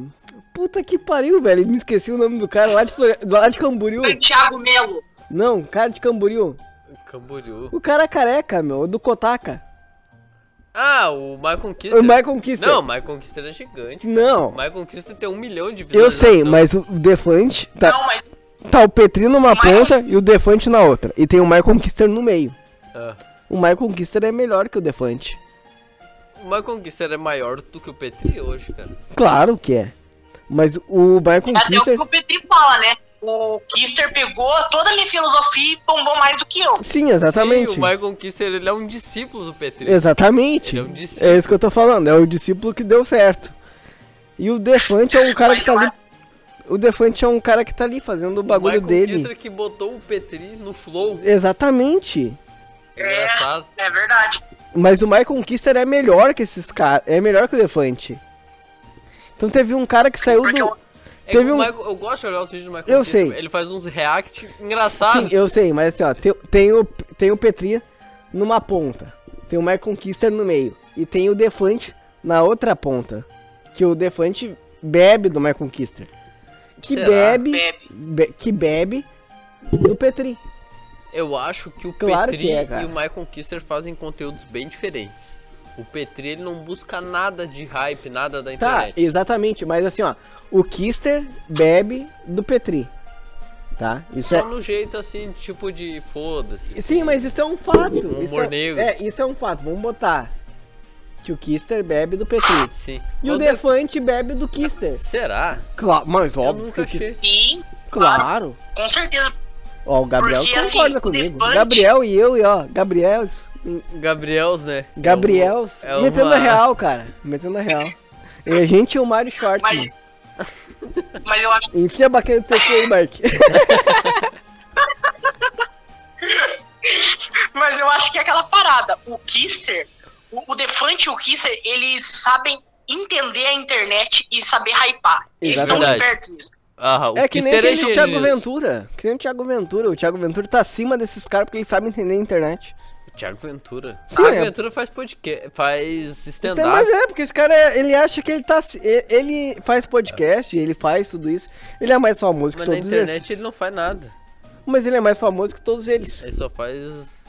Puta que pariu, velho. Me esqueci o nome do cara lá de, Flore... lá de Camboriú.
Thiago Melo.
Não, cara de Camboriú.
Camboriú.
O cara careca, meu. o Do Kotaka.
Ah, o My Conquista.
O Michael Conquista.
Não, o My Conquista era gigante.
Não.
O My Conquista tem um milhão de
Eu sei,
visualizações.
mas o Defante. Tá,
Não, mas
tá o Petri numa
Mas-
ponta e o Defante na outra. E tem o Michael Conquista no meio.
Ah,
O Michael Conquista é melhor que o Defante.
o My Conquista era maior do que o Petri hoje, cara.
Claro que é. Mas o Michael
até o
Conquista.
que o Petri fala, né? O Kister pegou toda a minha filosofia e bombou mais do que eu.
Sim, exatamente.
Sim, o My Conquista ele é um discípulo do Petri.
Exatamente.
Ele é um discípulo.
É isso que eu tô falando, é o discípulo que deu certo. E o Defante é um cara que tá ali. O Defante é um cara que tá ali fazendo o bagulho
Michael
dele.
Kister que botou o Petri no flow.
Exatamente.
É engraçado.
É verdade.
Mas o Michael Kister é melhor que esses caras. É melhor que o Defante. Então teve um cara que saiu
Porque
do.
eu-
É
Teve
que o
um-
Michael- eu gosto de olhar os vídeos do Michael
Eu
Kister,
sei.
Ele faz uns react engraçados.
Sim, eu sei, mas assim, ó, tem, tem o, tem o Petri numa ponta. Tem o Michael Kister no meio. E tem o Defante na outra ponta. Que o Defante bebe do Michael Kister. Que
Será?
bebe.
Bebe.
be- que bebe do Petri.
Eu acho que o
Claro
Petri
que é, cara.
e o Michael Kister fazem conteúdos bem diferentes. O Petri ele não busca nada de hype, nada da
Tá,
internet.
exatamente, mas assim, ó, o Kister bebe do Petri. Tá? Isso
Só
é.
no jeito assim, tipo de foda-se. assim.
Sim, mas isso é um fato.
Um
isso
humor
é...
negro.
É, isso é um fato. Vamos botar. Que o Kister bebe do Petri.
Sim.
E o
Quando-
Defante bebe do Kister.
Será?
Claro, mas
Eu
óbvio
nunca
que o Kister.
achei.
Sim,
Claro.
com certeza.
Ó, o Gabriel
Porque, assim,
concorda
o
comigo.
Defante-
Gabriel e eu, e ó, Gabriel.
Gabriels, né?
Gabriel
É uma- é
metendo a
uma-
real, cara. Metendo a real. E a gente e o Mário Schwartz.
Mas, mas eu acho
Enfia a baqueta do teu cu aí, Mark.
mas eu acho que é aquela parada. O Kisser, o, o Defante e o Kisser, eles sabem entender a internet e saber hypar. Eles
Isso é
são
verdade.
espertos nisso.
Ah, o
[LAUGHS] É que nem
Kister
aquele Thiago
gênio nisso.
Ventura. Que nem o Thiago Ventura. O Thiago Ventura tá acima desses caras porque ele sabe entender a internet.
Thiago Ventura.
Sim,
Thiago
é.
Ventura faz podcast, faz
Então,
stand-up.
mas é, porque esse cara, é- ele acha que ele tá. se- e- Ele faz podcast, ele faz tudo isso. Ele é mais famoso que
Mas na
todos
internet
esses.
ele não faz nada.
Mas ele é mais famoso que todos eles.
Ele só faz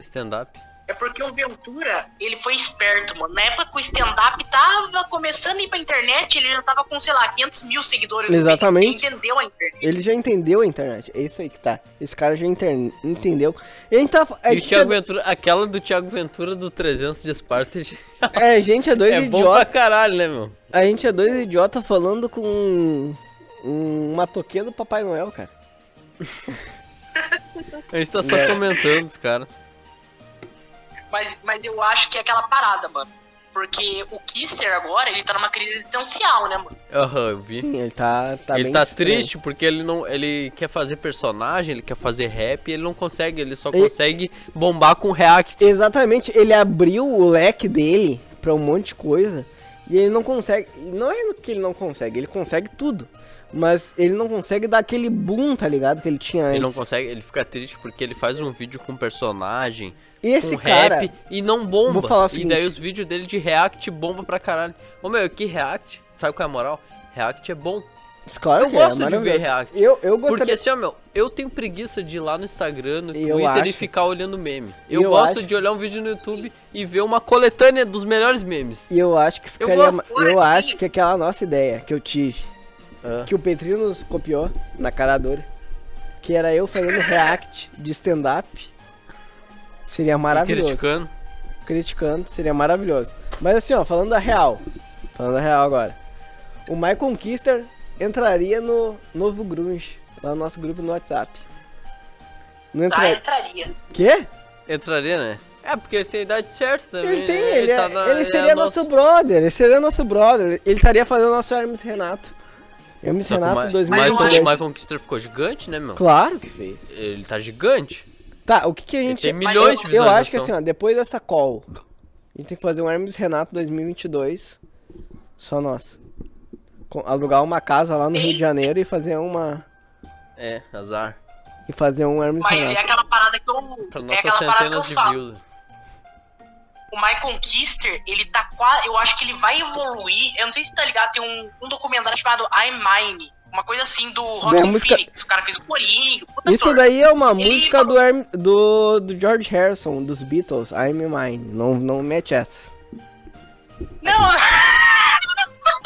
stand-up.
É porque o Ventura, ele foi esperto, mano. Na época que o stand-up tava começando a ir pra internet, ele já tava com, sei lá, 500 mil seguidores. no
Exatamente.
Facebook. Ele entendeu a internet.
Ele já entendeu a internet. É isso aí que tá. Esse cara já interne- entendeu. Ele tá. A
E o
gente,
Thiago
é,
Ventura, aquela do Thiago Ventura do 300 de Esparta é
é, a gente é dois
bom pra
idiotas.
caralho, né, meu?
A gente é dois idiotas falando com. um- uma toquinha do Papai Noel, cara.
A gente tá só
É.
comentando os caras.
Mas, mas eu acho que é aquela parada, mano. Porque o Kister agora, ele tá numa crise existencial, né, mano?
Aham, eu vi.
Sim, ele tá, tá
ele
bem
tá
estranho.
triste porque ele não. Ele quer fazer personagem, ele quer fazer rap, ele não consegue, ele só
E-
consegue bombar com react.
Exatamente, ele abriu o leque dele pra um monte de coisa e ele não consegue. e Não é que ele não consegue, ele consegue tudo. Mas ele não consegue dar aquele boom, tá ligado? Que ele tinha antes.
Ele não consegue, ele fica triste porque ele faz um vídeo com personagem,
Esse
com
cara.
rap e não bomba.
vou falar o
e
seguinte.
daí os vídeos dele de react bomba pra caralho. Ô meu, que react? Sabe qual é a moral? React é bom.
Claro
Eu
que
gosto
é,
de ver
maravilhoso.
react.
Eu, eu
Porque
gostaria.
assim, ó, meu, eu tenho preguiça de ir lá no Instagram, no
Eu
Twitter e
acho.
ficar olhando meme. Eu,
Eu
gosto
acho.
de olhar um vídeo no YouTube e ver uma coletânea dos melhores memes.
E eu acho que ficaria.
gosto, é
ma-
olha
eu
aqui.
acho que aquela nossa ideia que eu tive,
Ah.
que o Petri nos copiou na cara dura, que era eu fazendo react de stand-up, seria
E
maravilhoso.
criticando.
criticando, seria maravilhoso. Mas assim, ó, falando da real. Falando da real agora. O Michael Kister entraria no novo Grunge, lá no nosso grupo no WhatsApp. Não
Tá,
entraria.
entraria.
Quê?
Entraria, né? É, porque ele tem idade certa também.
Ele tem,
né?
ele, é-
tá na-
ele
é
seria nosso... brother, ele seria nosso brother. Ele estaria fazendo nosso Hermes Renato. Hermes
Só que o
Renato
Ma- Michael,
2022.
Michael Conquister ficou gigante, né, meu?
Claro que fez.
Ele tá gigante.
Tá, o que que a
Ele
gente...
tem milhões de
Eu
visualizações.
acho que assim, ó, depois dessa call, a gente tem que fazer um Hermes Renato 2022, só nós. Com- alugar uma casa lá no Rio de Janeiro e fazer uma
É, azar.
e fazer um Hermes
Mas é
Renato.
aquela parada que eu.
Pra
É
nossas
aquela parada que eu
centenas de
falo.
views.
O Michael Kister, ele tá quase. Eu acho que ele vai evoluir. Eu não sei se tá ligado, tem um, um documentário chamado I'm Mine. Uma coisa assim do
Isso daí é
Robin
música-
Phoenix. O cara fez o Coringa. puta
Isso
ator.
daí é uma
Ele-
música do, Herm- do do George Harrison dos Beatles, I'm Mine. Não não mete essa.
Não,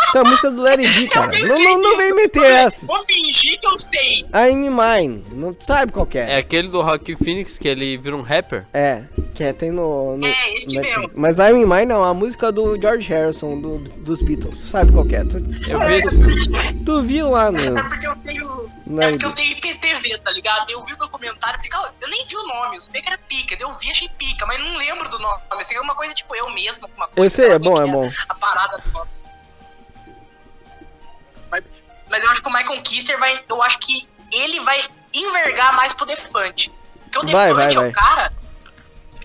Essa é a música do Larry B, cara. Não, não, não vem
[LAUGHS]
meter
é
essas.
vou fingir que eu sei.
I'm Mine. Não tu sabe qual que
É
é.
aquele do Rock Phoenix que ele vira um rapper?
É, que é, tem no, no
É, esse
no-
mesmo.
Mas I'm Mine não, a música do George Harrison do- dos Beatles. Sabe qual que é? Tu, tu
Eu
sabe.
vi esse filme.
Tu viu lá
[LAUGHS]
no.
É porque eu tenho.
Não é
É porque eu tenho IPTV, tá ligado? Eu vi o documentário, fiquei, "Ah, eu nem vi o nome, eu sabia que era pica, daí eu vi, achei pica, mas não lembro do nome. Assim, é uma coisa tipo eu mesmo, alguma coisa.
Eu sei,
lá
é bom,
qual
é
que
bom.
A parada do nome. Mas, mas eu acho que o Michael Kister vai. Eu acho que ele vai envergar mais pro Defante. Porque o
Vai,
Defante
vai, vai.
é o cara.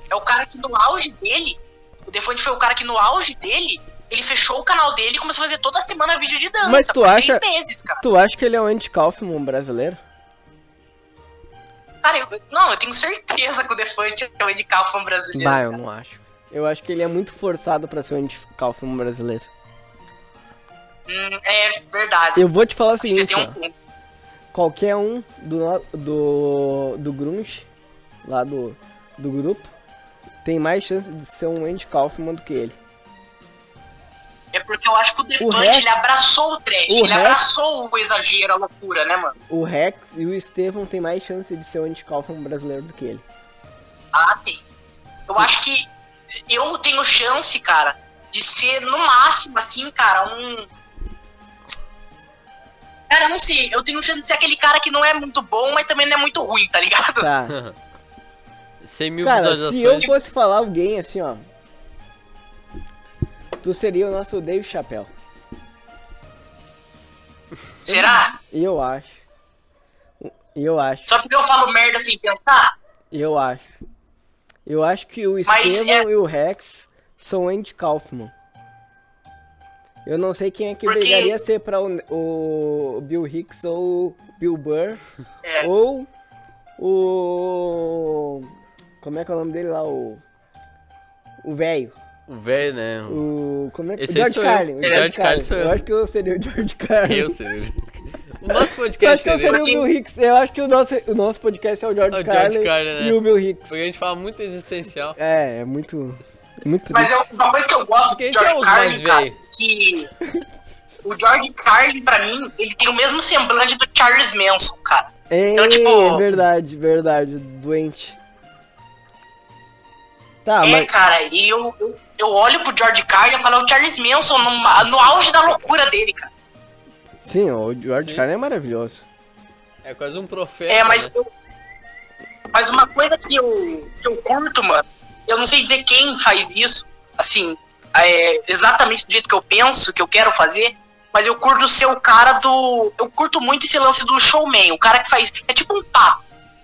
É o cara que no auge dele. O Defante foi o cara que no auge dele. Ele fechou o canal dele e começou a fazer toda semana vídeo de dança.
Mas tu
por seis
acha-
meses, cara.
Tu acha que ele é o Andy Kaufman brasileiro?
Cara, eu, não, eu tenho certeza que o Defante é o Andy Kaufman brasileiro.
Bah, eu
cara.
não acho. Eu acho que ele é muito forçado pra ser o Andy Kaufman brasileiro.
Hum, é verdade.
Eu vou te falar o
Acho que você
seguinte,
tem um
ó,
ponto.
qualquer um do, no- do, do Grunge, lá do, do grupo, tem mais chance de ser um Andy Kaufman do que ele.
É porque eu acho que o Defante,
resto-
ele abraçou o trash.
o
ele
resto-
abraçou o exagero, a loucura, né, mano?
O Rex e o Estevão tem mais chance de ser o Andy Kaufman brasileiro do que ele.
Ah, tem. Eu acho que eu tenho chance, cara, de ser, no máximo, assim, cara, um... Cara, eu não sei. Eu tenho chance de ser aquele cara que não é muito bom, mas também não é muito ruim, tá ligado?
[LAUGHS]
Tá.
100 mil
Cara, se eu
visualizações.
fosse falar alguém assim, ó. Tu seria o nosso Dave Chappelle.
Será?
Eu acho. Eu acho.
Só porque eu falo merda sem pensar?
Eu acho. Eu acho que o
Mas é
Estevam e o Rex são Andy Kaufman. Eu não sei quem é que
Porque-
brigaria ser pra o, o Bill Hicks ou o Bill Burr.
[LAUGHS] É.
Ou o. Como é que é o nome dele lá? O. O velho.
O velho, né?
O. Como é que
Esse
o George
aí sou eu.
Carlin? o
George Carlin sou eu.
Eu acho que eu seria o George Carlin. [LAUGHS]
Eu assim, seria. O nosso
Eu acho
podcast
que eu seria um o Bill Hicks. Eu acho que o nosso, o nosso podcast é o George,
O George
Carlin,
Carlin, né?
e o Bill Hicks.
Porque a gente fala muito existencial.
É, é muito. é Muito
Mas
triste.
eu- uma coisa que eu gosto
Quem
do
que é
George
os mais
Carlin, cara,
velho?
que. O George Carlin, pra mim, ele tem o mesmo semblante do Charles Manson, cara.
Ei,
eu, tipo-
É verdade, verdade. Doente. Tá,
é,
mas.
cara, e eu, eu, eu olho pro George Carlin e falo, é o Charles Manson no, no auge da loucura dele, cara.
Sim, o George
Sim.
Carlin é maravilhoso.
É quase um profeta.
É, mas
né?
eu- mas uma coisa que eu, que eu curto, mano, eu não sei dizer quem faz isso, assim, é, exatamente do jeito que eu penso, que eu quero fazer, mas eu curto ser o cara do. Eu curto muito esse lance do showman, o cara que faz. É tipo um pato.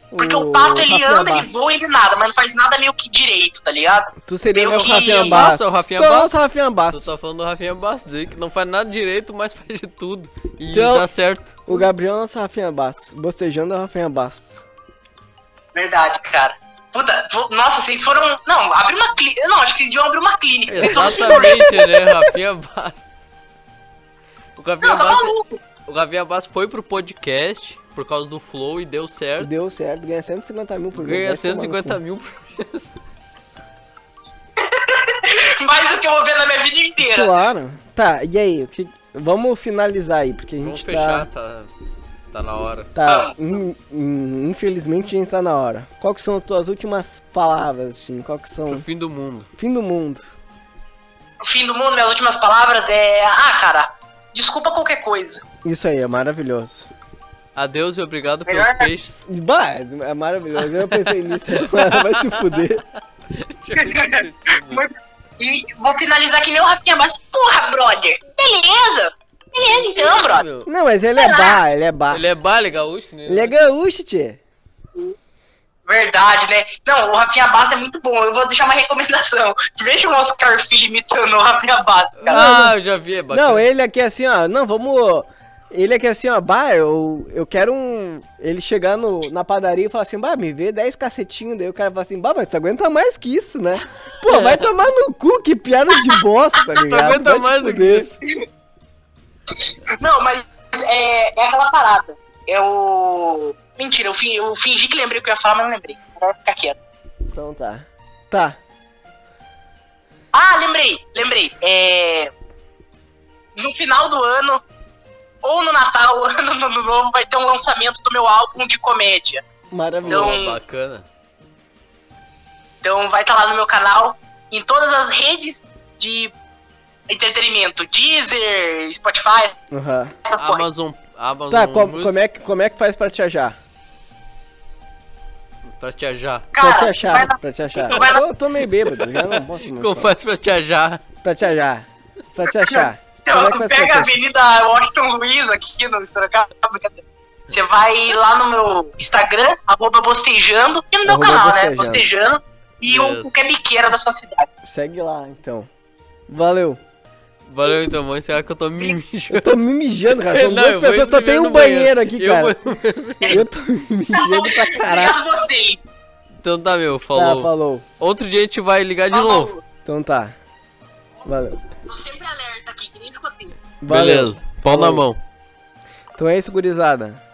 Porque o, pato ele
Rafinha
anda, ele
Bastos.
voa, ele nada, mas não faz nada meio que direito, tá ligado?
Tu seria
Meio
meu
que-
Rafinha
Nossa,
Bastos.
o Rafinha
tu é o
Bastos.
nosso Rafinha
Tu
Bastos.
tá falando do Rafinha Bastos aí, que não faz nada direito, mas faz de tudo. E
Então-
dá certo.
O Gabriel é o nosso Rafinha Bastos. Bostejando é o Rafinha Bastos.
Verdade, cara. Puta, vo- nossa, vocês foram. Não, abrir uma clínica. Não, acho que vocês deviam abrir uma clínica. Vocês são cirurgiões.
Exatamente, né? Rafinha Bastos. O Rafinha
Não, tá
Bastos,
maluco.
o Rafinha Bastos foi pro podcast por causa do Flow e deu certo.
Deu certo, ganha 150 mil por mês.
Ganha
vai tomar no
150
cu.
mil por mês.
Mais do que eu vou ver na minha vida inteira.
Claro. Tá, e aí? o que- Vamos finalizar aí, porque a
Vamos
gente tá...
fechar, tá, tá na hora.
Tá, in- in- infelizmente a gente tá na hora. Qual que são as tuas últimas palavras, Tim? Qual que
Pro
são?
fim do mundo.
Fim do mundo.
O fim do mundo, minhas últimas palavras é. Ah, cara, desculpa qualquer coisa.
Isso aí, é maravilhoso.
Adeus e obrigado pelos
Melhor- [LAUGHS]
peixes. [LAUGHS]
Bah, é maravilhoso. Eu pensei nisso [LAUGHS] agora, vai se fuder.
É.
E vou finalizar que nem o Rafinha Bastos. Porra, brother! Beleza! Beleza então, brother!
Meu,
Não, mas ele é bar, ele é bar.
Ele é baile gaúcho, né?
Ele é gaúcho, tchê.
Verdade, né? Não, o Rafinha Bastos é muito bom. Eu vou deixar uma recomendação. Veja o Oscar Filho imitando o Rafinha Bastos, cara.
Ah, eu já vi, é bacana.
Não, ele aqui assim, ó. Não, vamos. Ele aqui assim, ó, bah, eu, eu quero um. Ele chegar no, na padaria e falar assim, bah, me vê 10 cacetinhos. Daí o cara fala assim, bah, mas tu aguenta mais que isso, né? Pô, vai tomar no cu, que piada de bosta, tá
É. [LAUGHS] Tu
ligado? Vai
aguenta
te
mais do que
fuder.
isso.
Não, mas é, é aquela parada. Eu. Mentira, eu, fin- eu fingi que lembrei o que eu ia falar, mas não lembrei. Agora fica quieto.
Então tá. Tá.
Ah, lembrei, lembrei. É. No final do ano, ou no Natal, [LAUGHS] ou no Ano Novo, vai ter um lançamento do meu álbum de comédia.
Maravilhoso.
Pô,
Então-
bacana.
Então vai estar lá no meu canal, em todas as redes de entretenimento: Deezer, Spotify,
Aham.
essas porra.
Amazon, Amazon
Tá, co-
Music
como, é que, como é que faz pra te achar? é?
pra te ajar.
Pra te
Cara, vai
achar,
lá.
pra te achar.
vai lá.
Eu tô meio bêbado, já não tá. posso mais.
Como
falar.
faz pra te ajar?
Pra te achar. Pra te achar. Como
Então,
é que
tu
faz pra te
pega a
achar?
Avenida Washington Luiz aqui no Sorocaba. brincadeira. Você vai lá no meu Instagram, arroba bostejando, e no meu
Arroba
canal, né?
bostejando.
Bostejando. E
Beleza.
o qualquer biqueira da sua cidade.
Segue lá, então. Valeu.
Valeu então, mãe. Será que eu tô me mijando?
Eu tô me mijando, cara. Tá, São
[LAUGHS] Não,
duas
eu vou
pessoas, só
me
tem
mijar
um
no
banheiro aqui,
Eu
cara.
vou- [LAUGHS]
Eu tô me mijando pra caralho.
Obrigado a vocês.
Então tá, meu. [LAUGHS] Falou.
Tá, falou.
Outro dia a gente vai ligar de novo.
Então tá. Valeu.
Tô sempre alerta aqui, que nem escoteiro.
Valeu.
Beleza. Pau na
Falou.
mão.
Então é isso, gurizada.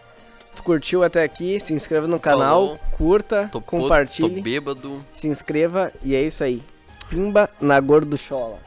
Se tu curtiu até aqui, se inscreva no canal,
Falou.
curta,
Tô podre,
compartilhe.
Tô bêbado.
se inscreva e é isso aí. Pimba na gorduchola.